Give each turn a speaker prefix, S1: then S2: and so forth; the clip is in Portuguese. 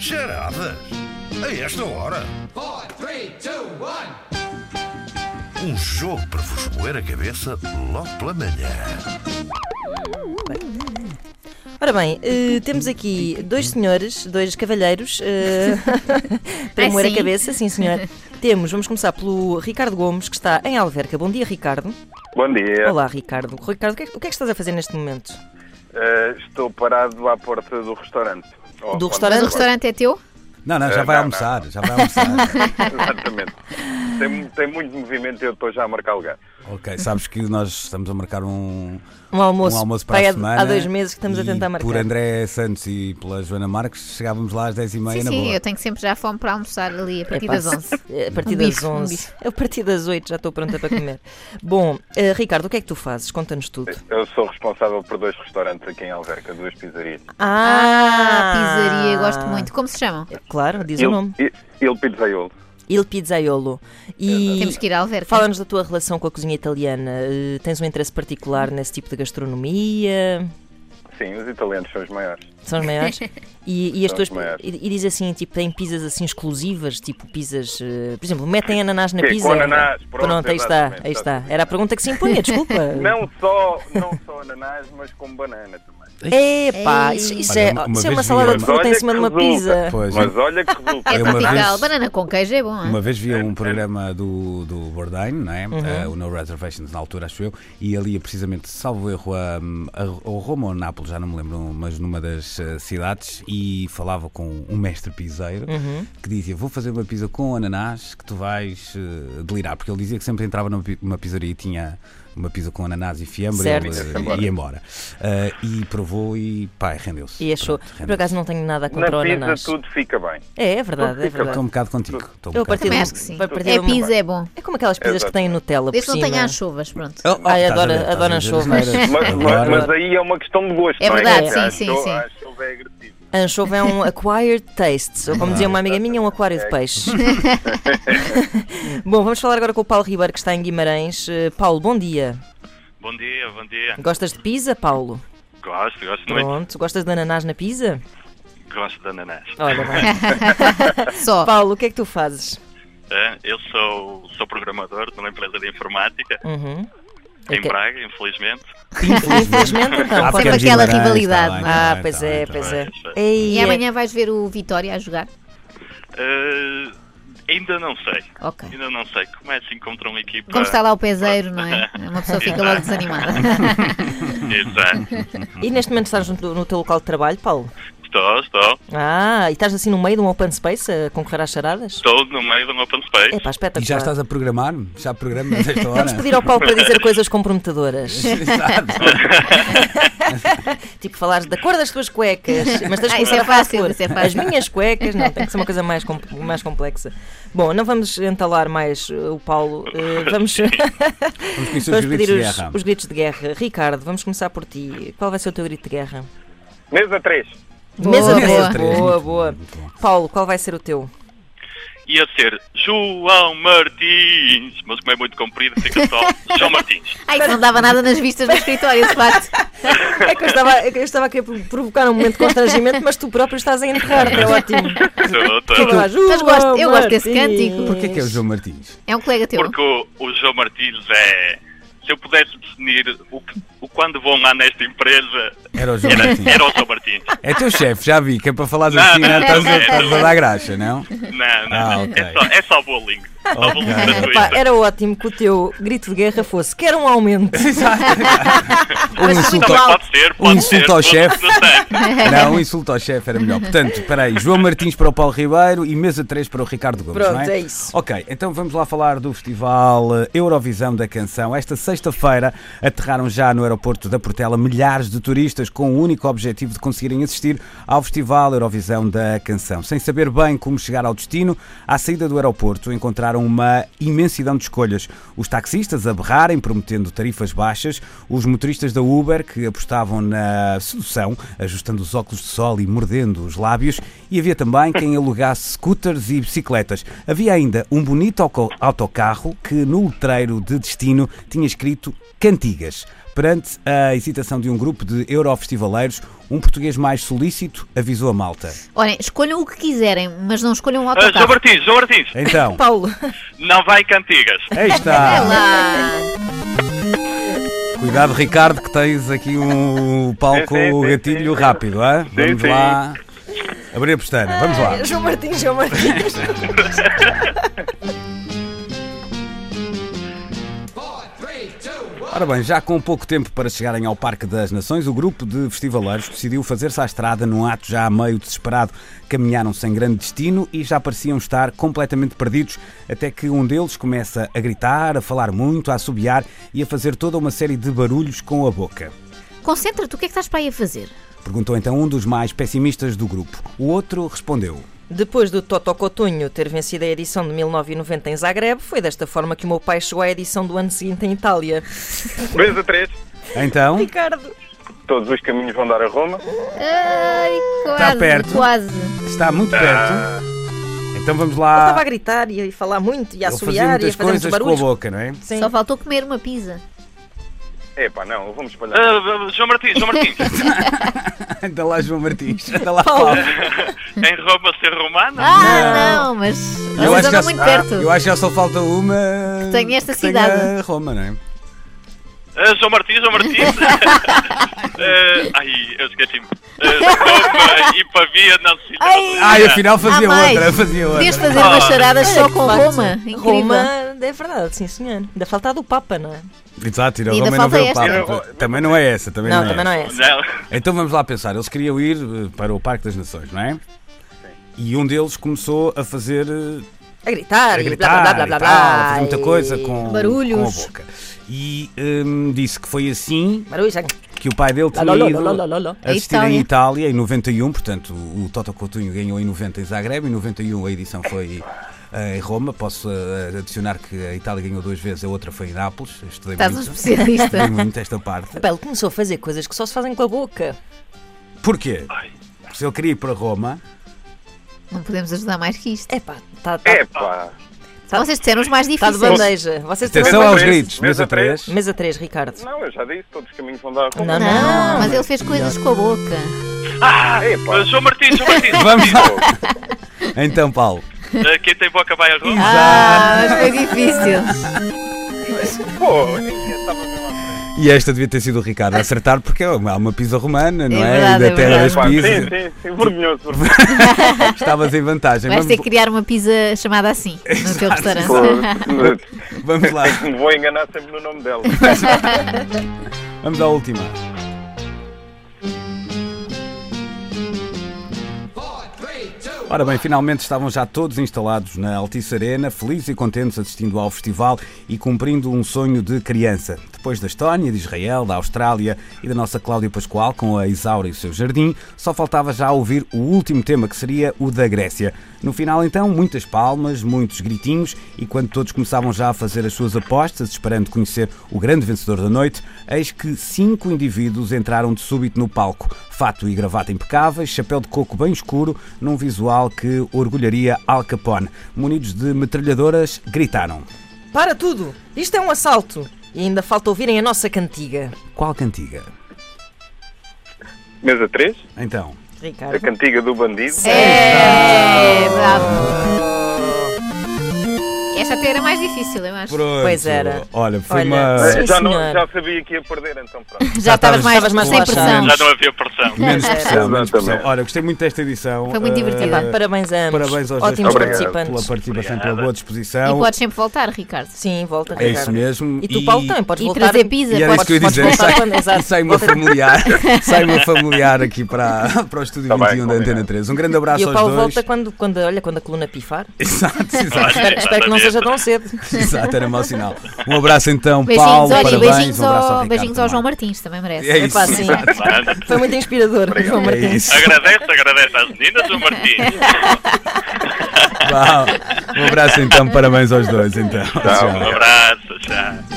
S1: Charadas? A esta hora?
S2: four, three, two, one.
S1: Um jogo para vos moer a cabeça logo pela manhã.
S3: Ora bem, eh, temos aqui dois senhores, dois cavalheiros, eh, para
S4: Ai,
S3: moer a
S4: sim.
S3: cabeça, sim senhor. Temos, vamos começar pelo Ricardo Gomes, que está em Alverca. Bom dia, Ricardo.
S5: Bom
S6: É.
S5: dia.
S3: Olá, Ricardo. Ricardo, o que, é, que- o que é que estás a fazer neste momento?
S5: Eh, estou parado à porta do restaurante. Oh, Ou
S3: Do
S5: à
S3: restaurante?
S5: porta
S4: Mas
S5: do
S4: o restaurante é teu?
S6: Não, não, já
S5: Eh,
S6: vai
S5: não,
S6: almoçar, já vai almoçar.
S5: Exatamente. Tem, mu- tem muito movimento e eu estou já a marcar lugar.
S6: ok, sabes que nós estamos a marcar um,
S3: Um almoço.
S6: um almoço para
S3: Pai,
S6: a
S3: há-
S6: semana.
S3: Há dois meses que estamos a
S6: e
S3: tentar marcar.
S6: Por André Santos e pela Joana Marques, chegávamos lá às 10h30
S4: Sim,
S6: na
S4: sim,
S6: boa.
S4: eu tenho sempre já fome para almoçar ali a partir
S3: Epá,
S4: das 11.
S3: se- A partir
S4: Um
S3: das
S4: bife, um
S3: 11.
S4: bife.
S3: Eu, a partir das 8 já estou pronta para comer. Bom, eh, Ricardo, o que é que tu fazes? Conta-nos tudo.
S5: Eu sou responsável por dois restaurantes aqui em Alverca, duas pizzarias.
S4: Ah, pizzaria, gosto muito. Como se chamam?
S3: Claro, diz o nome.
S5: Il, Il Pizzaiolo.
S3: Il Pizzaiolo. E
S4: Temos que ir à Alverca.
S3: fala-nos da tua relação com a cozinha italiana. Eh, Tens um interesse particular nesse tipo de gastronomia?
S5: Sim, os italianos são os maiores.
S3: São os maiores? E, e as
S5: São
S3: tuas,
S5: os maiores.
S3: e, e diz assim, tipo, tem pizzas assim exclusivas, tipo pizzas, eh, por exemplo, metem ananás na
S5: Que é
S3: pizza.
S5: com ananás, pronto,
S3: aí está,
S5: exatamente,
S3: aí está.
S5: exatamente.
S3: Era a pergunta que se impunha, desculpa.
S5: Não só, não só ananás, mas com banana também.
S3: Epá, isso, isso é,
S6: Olha, uma- uma
S3: isso é uma
S6: vez
S3: salada
S6: vi-
S3: de fruta em
S5: Olha
S3: cima de
S5: que
S3: uma
S5: resulta.
S3: pizza.
S6: Pois,
S5: Mas olha que resulta.
S4: É
S6: Eu uma
S4: tropical.
S6: vez-
S4: Banana com queijo é bom,
S6: Uma
S3: Ah.
S4: hein?
S6: vez vi um programa do, do Bourdain, não é?
S3: Uhum.
S6: Eh, o No Reservations, na altura, acho eu, e ali, precisamente, salvo erro, a, a, ou Roma ou Nápoles, já não me lembro, mas numa das eh, cidades, e falava com um mestre piseiro
S3: Uhum.
S6: que dizia: Vou fazer uma pizza com ananás que tu vais eh, delirar, porque ele dizia que sempre entrava numa pi- numa pizzaria e tinha. Uma pizza com ananás e fiambre
S3: Certo.
S6: ele, eh, ia embora. Eh, e provou e pá, rendeu-se.
S3: E achou,
S6: Pronto,
S3: por acaso não tenho nada
S5: Na
S3: contra o
S5: pizza
S3: ananás.
S5: tudo fica bem.
S3: É, é verdade, é
S6: Estou um
S3: verdade.
S6: bocado contigo. estou um
S3: Eu a
S6: bocado
S3: partir
S4: Também
S3: do-
S4: acho que sim.
S3: a partir
S4: É
S3: do momento-
S4: pizza, é bom.
S3: É como aquelas pizzas que têm Nutella por
S4: Desde que não
S3: cima.
S4: tenha anchovas, pronto.
S6: Oh,
S3: Ai,
S6: estás a
S3: adoro-
S6: ver, estás
S3: adoro
S6: a dizer
S3: anchovas.
S6: asneiras.
S5: Mas, mas,
S6: Adoro.
S5: mas aí é uma questão de gosto,
S4: É
S5: não
S4: verdade,
S5: é?
S4: sim,
S5: Acho-
S4: sim, sim.
S5: acho é agressivo.
S3: Anchova é um acquired taste, ou como dizia uma amiga minha, um aquário de peixe. Bom, vamos falar agora com o Paulo Ribeiro, que está em Guimarães. Eh, Paulo, bom dia.
S7: Bom dia, bom dia.
S3: Gostas de pizza, Paulo?
S7: Gosto, gosto muito.
S3: Pronto. Gostas de ananás na pizza?
S7: Gosto de ananás.
S3: Olha bem.
S4: Só.
S3: Paulo, o que é que tu fazes?
S7: É, Eu sou, sou programador numa empresa de informática
S3: Uhum.
S7: em Ah,
S3: Ok.
S7: Braga, infelizmente.
S3: Infelizmente, então.
S6: porque
S3: pode-
S4: Sempre aquela
S6: é Guimarães,
S4: rivalidade,
S6: tá bem,
S4: não é?
S6: tá
S3: Ah,
S6: bem,
S3: pois
S6: tá
S3: é,
S7: então
S6: bem, tá
S3: pois
S6: bem.
S3: é.
S7: bem.
S3: Ei,
S4: E
S3: é-
S4: amanhã vais ver o Vitória a jogar?
S7: É, ainda não sei,
S4: Ok.
S7: ainda não sei. é Começo contra uma equipa.
S4: Como está lá o peseiro, não é? Uma pessoa fica logo desanimada.
S7: Exato.
S3: E neste momento estás no, no teu local de trabalho, Paulo?
S7: Estou, estou.
S3: Ah, e estás assim no meio de um open space a concorrer às charadas?
S7: Estou no meio de um open
S3: É
S7: space.
S3: pá, espetacular.
S6: E já estás a programar? Já programas esta hora?
S3: Vamos pedir ao Paulo para dizer coisas comprometedoras.
S6: Exato.
S3: Tipo, falares da cor das tuas cuecas. Mas tens que
S4: Ah, isso
S3: começar
S4: é
S3: a falar de
S4: fácil,
S3: cor.
S4: isso é fácil.
S3: As minhas cuecas, não, tem que ser uma coisa mais, com- mais complexa. Bom, não vamos entalar mais uh, o Paulo. uh, vamos
S6: Vamos conhecer
S3: vamos
S6: os gritos
S3: pedir
S6: de
S3: os,
S6: guerra.
S3: os gritos de guerra. Ricardo, vamos começar por ti. Qual vai ser o teu grito de guerra?
S5: Mesa 3.
S4: Boa,
S3: Mesa três.
S4: boa.
S6: Três,
S3: Boa,
S6: muito
S3: boa.
S6: bom, muito bom.
S3: Paulo, qual vai ser o teu?
S7: Ia ser João Martins, mas como é muito comprido, fica só João Martins.
S4: Ai, que não dava nada nas vistas do escritório, de facto.
S3: É que eu estava, é que eu estava aqui a pro- provocar um momento de constrangimento, mas tu próprio estás a enterrar-te. É ótimo.
S7: Estou,
S3: Tu
S7: estou.
S3: vais,
S4: Mas gosto- eu
S3: "João
S4: gosto desse
S3: Martins."
S4: cântico.
S6: Porquê que é o João Martins?
S4: É um colega teu.
S7: Porque o, o João Martins é. Se eu pudesse definir o, que- o quando vão lá nesta empresa,
S6: Era o João
S7: era,
S6: Martins.
S7: era o João Martins.
S6: É teu chefe, já vi, que é para falar
S7: Não,
S6: assim, não,
S7: não, não,
S6: estás, a-
S7: não,
S6: estás
S7: não.
S6: a dar graxa, não?
S7: Não, não,
S6: Ah,
S7: não.
S6: ok.
S7: é, só, é só bullying. Só
S6: Ok.
S7: bullying gratuito.
S3: Epá, era ótimo que o teu grito de guerra fosse quer um aumento.
S6: Um insulto,
S7: Também
S6: ao-
S7: pode ser, pode
S6: um insulto
S7: ser,
S6: ao
S7: pode-
S6: chefe.
S7: não sei.
S6: não, um insulto ao chefe era melhor. Portanto, espera aí, João Martins para o Paulo Ribeiro e mesa 3 para o Ricardo Gomes,
S3: Pronto,
S6: não é?
S3: é isso.
S6: Ok, então vamos lá falar do Festival eh, Eurovisão da Canção. Esta sexta-feira aterraram já no aeroporto da Portela milhares de turistas com o único objetivo de conseguirem assistir ao Festival Eurovisão da Canção. Sem saber bem como chegar ao destino, à saída do aeroporto encontraram uma imensidão de escolhas. Os taxistas a berrarem, prometendo tarifas baixas, os motoristas da Uber que apostavam na sedução, ajustando os óculos de sol e mordendo os lábios, e havia também quem alugasse scooters e bicicletas. Havia ainda um bonito auco- autocarro que no letreiro de destino tinha escrito Cantigas. Perante a hesitação de um grupo de eurofestivaleiros, um português mais solícito avisou a malta.
S4: Olhem, escolham o que quiserem, mas não escolham um
S7: Ah, João
S4: autocarro.
S7: Martins, João Martins,
S6: Então,
S3: Paulo,
S7: não vai cantigas.
S4: Vai
S6: aí está.
S4: É lá.
S6: Cuidado, Ricardo, que tens aqui um palco
S5: Sim, sim, sim,
S6: gatilho
S5: sim.
S6: rápido, hã? Vamos
S5: sim.
S6: lá. Abrir a pestaña, vamos lá.
S3: João Martins, João Martins.
S2: Four, three, two, one.
S6: Ora bem, já com pouco tempo para chegarem ao Parque das Nações, o grupo de festivaleiros decidiu fazer-se à estrada num ato já meio desesperado. Caminharam sem grande destino e já pareciam estar completamente perdidos, até que um deles começa a gritar, a falar muito, a assobiar e a fazer toda uma série de barulhos com a boca.
S4: Concentra-te, o que é que estás para aí a fazer?
S6: Perguntou então um dos mais pessimistas do grupo. O outro respondeu.
S3: Depois do Toto Cotunho ter vencido a edição de 1990 em Zagreb, foi desta forma que o meu pai chegou à edição do ano seguinte em Itália.
S5: Dois a três.
S6: Então,
S3: Ricardo,
S5: Todos os caminhos vão dar a Roma.
S4: Ai, quase,
S6: Está Tá perto.
S4: quase.
S6: está muito perto. Então vamos
S3: eu estava a
S6: lá.
S3: gritar e a falar muito e a
S6: Ele fazia
S3: assobiar e a
S6: muitas
S3: fazer muitos
S6: coisas com a
S3: barulhos.
S6: boca, não é?
S3: Sim.
S4: Só faltou comer uma pizza.
S5: Epá, não, vamos espalhar.
S7: Ah, João Martins, João Martins,
S6: Anda lá, João Martins. Anda lá,
S3: Paulo.
S6: Paulo.
S7: em Roma ser romana?
S4: Ah, não, mas
S6: Eu
S4: vocês
S6: acho, que
S4: andam
S6: já,
S4: muito
S6: ah,
S4: perto.
S6: eu acho que já só falta uma. Que
S4: tenha esta
S6: tenha
S4: cidade.
S6: Roma, não é?
S7: Ah, João Martins, João Martins. Ah, ai, eu esqueci-me. Ah, Roma e Pavia não se
S4: Ai.
S6: Ah, e afinal fazia
S4: Há mais.
S6: outra, fazia outra.
S4: Podias fazer umas charadas só com
S3: De facto,
S4: Roma. Incrível.
S3: É Roma, é verdade, sim senhor. Ainda falta a do Papa, não é?
S6: Exato, ir ao
S4: Ainda
S6: Roma e não
S4: falta
S6: ver o
S4: esta.
S6: Papa. Também não é essa, também não,
S3: não, também não é. essa.
S7: Não.
S6: Então vamos lá pensar. Eles queriam ir eh, para o Parque das Nações, não é? E um deles começou a fazer. eh,
S3: A gritar,
S6: a
S3: e
S6: gritar,
S3: blá blá blá blá
S6: e tal, a
S3: blá.
S6: fazer muita
S3: e-
S6: coisa com, com a
S4: Barulhos.
S6: boca. E hum, disse que foi assim
S3: Barulhos.
S6: que o pai dele tinha
S3: Lá, lá, lá,
S6: ido
S3: lá, lá, lá, lá.
S6: assistir
S4: A
S6: em
S4: Itália.
S6: Itália em 91, portanto o o Toto Coutinho ganhou em 90 em Zagreb, em 91 a edição foi eh, em Roma, posso eh, adicionar que a Itália ganhou duas vezes, a outra foi em Nápoles, Eu estudei
S4: Estás um
S6: muito,
S4: especialista.
S6: estudei muito esta parte.
S3: Pá, ele começou a fazer coisas que só se fazem com a boca.
S6: Porquê?
S7: Ai.
S6: Porque se ele queria ir para Roma,
S4: Não podemos ajudar mais que isto.
S3: É pá, tá,
S7: ah,
S3: tá,
S5: Epá.
S4: Vocês disseram os mais
S3: tá de
S4: difíceis.
S3: bandeja. Vocês
S6: atenção
S5: a
S6: aos
S5: três,
S6: gritos, mesa
S5: mesa
S6: 3,
S3: Mesa 3, Ricardo.
S5: Não, eu já disse, todos os caminhos vão dar a Roma.
S3: Não,
S4: Não,
S3: não.
S4: mas ele fez coisas com a boca.
S7: Ah,
S5: Epa.
S7: ah, João Martins, João Martins.
S6: vamos lá. Então Paulo,
S7: Ah, Quem tem boca vai a Roma.
S4: Ah, mas foi difícil.
S3: ah.
S5: Pô, eu estava mesmo a-
S6: e esta devia ter sido o Ricardo a acertar porque há uma pizza romana, não
S4: É
S6: é?
S4: verdade,
S6: E da
S4: é
S6: terra das
S4: verdade.
S5: Epá, Sim,
S6: pizzas,
S5: sim, sim, vergonhoso. vergonhoso.
S6: estavas em vantagem.
S4: Vais ter
S6: Vamos,
S4: que criar uma pizza chamada assim no teu restaurante.
S5: Pô,
S6: vamos lá,
S5: Me vou enganar sempre no nome dela.
S6: vamos à última.
S2: Four, three, two, one.
S6: Ora bem, finalmente estavam já todos instalados na Altice Arena, felizes e contentes assistindo ao festival e cumprindo um sonho de criança. Depois da Estónia, de Israel, da Austrália e da nossa Cláudia Pascoal com a Isaura e o seu jardim, só faltava já ouvir o último tema que seria o da Grécia. No final, então, muitas palmas, muitos gritinhos e quando todos começavam já a fazer as suas apostas, esperando conhecer o grande vencedor da noite, eis que cinco indivíduos entraram de súbito no palco. Fato e gravata impecáveis, chapéu de coco bem escuro, num visual que orgulharia Al Capone. Munidos de metralhadoras, gritaram.
S3: Para tudo! Isto é um assalto! E ainda falta ouvirem a nossa cantiga.
S6: Qual cantiga?
S5: Mesa 3,
S6: Então,
S5: a
S3: Ricardo.
S5: cantiga do bandido.
S4: É, bravo. Esta até era mais difícil, eu acho.
S6: pronto.
S3: Pois era.
S6: Olha, foi
S3: Olha,
S6: uma.
S3: sim.
S5: Eh, já, não,
S3: senhor.
S5: já sabia que ia perder, então pronto.
S4: Já estavas mais,
S3: estavas mais
S4: sem pressão.
S3: relaxado.
S7: Já não havia pressão.
S6: Menos pressão, menos pressão.
S5: Exatamente.
S6: Olha, gostei muito desta edição.
S4: Foi muito
S6: Eh,
S4: divertido.
S3: Epá, parabéns a ambos.
S6: Parabéns aos dois
S3: Ótimos
S5: Obrigado.
S6: pela
S3: participantes.
S6: participação, pela boa disposição.
S4: E podes sempre voltar, Ricardo.
S3: Sim, volta,
S6: É
S3: Ricardo.
S6: isso mesmo.
S3: E tu, Paulo, também podes
S4: E
S3: voltar.
S4: trazer pizza,
S6: E era isso
S4: podes,
S6: que eu ia
S3: podes
S6: dizer.
S3: voltar
S6: Sai,
S3: quando- exato.
S6: sai uma familiar, sai uma familiar aqui para, para o estúdio
S5: Tá bem,
S6: 21 da Antena
S5: combinado.
S6: 3. Um grande abraço
S3: E o
S6: aos
S3: Paulo
S6: dois.
S3: volta quando, quando, olha, quando a coluna pifar.
S6: Exato, exato,
S3: Espero, espero que não
S7: Exatamente.
S3: seja tão cedo.
S6: exato, era mau sinal. Um abraço então,
S4: Beijinhos,
S6: Paulo,
S4: olha, e
S6: parabéns.
S4: beijinhos,
S6: um abraço ao,
S4: ao,
S6: Ricardo
S4: beijinhos ao
S6: também.
S4: João Martins, também merece.
S6: É isso.
S3: Epá, sim. Foi muito inspirador, João Martins.
S6: É isso.
S7: Agradeço, agradeço às meninas, João Martins.
S6: Vá, Um abraço então, parabéns aos dois então.
S5: Tchau.
S7: Um abraço, tchau.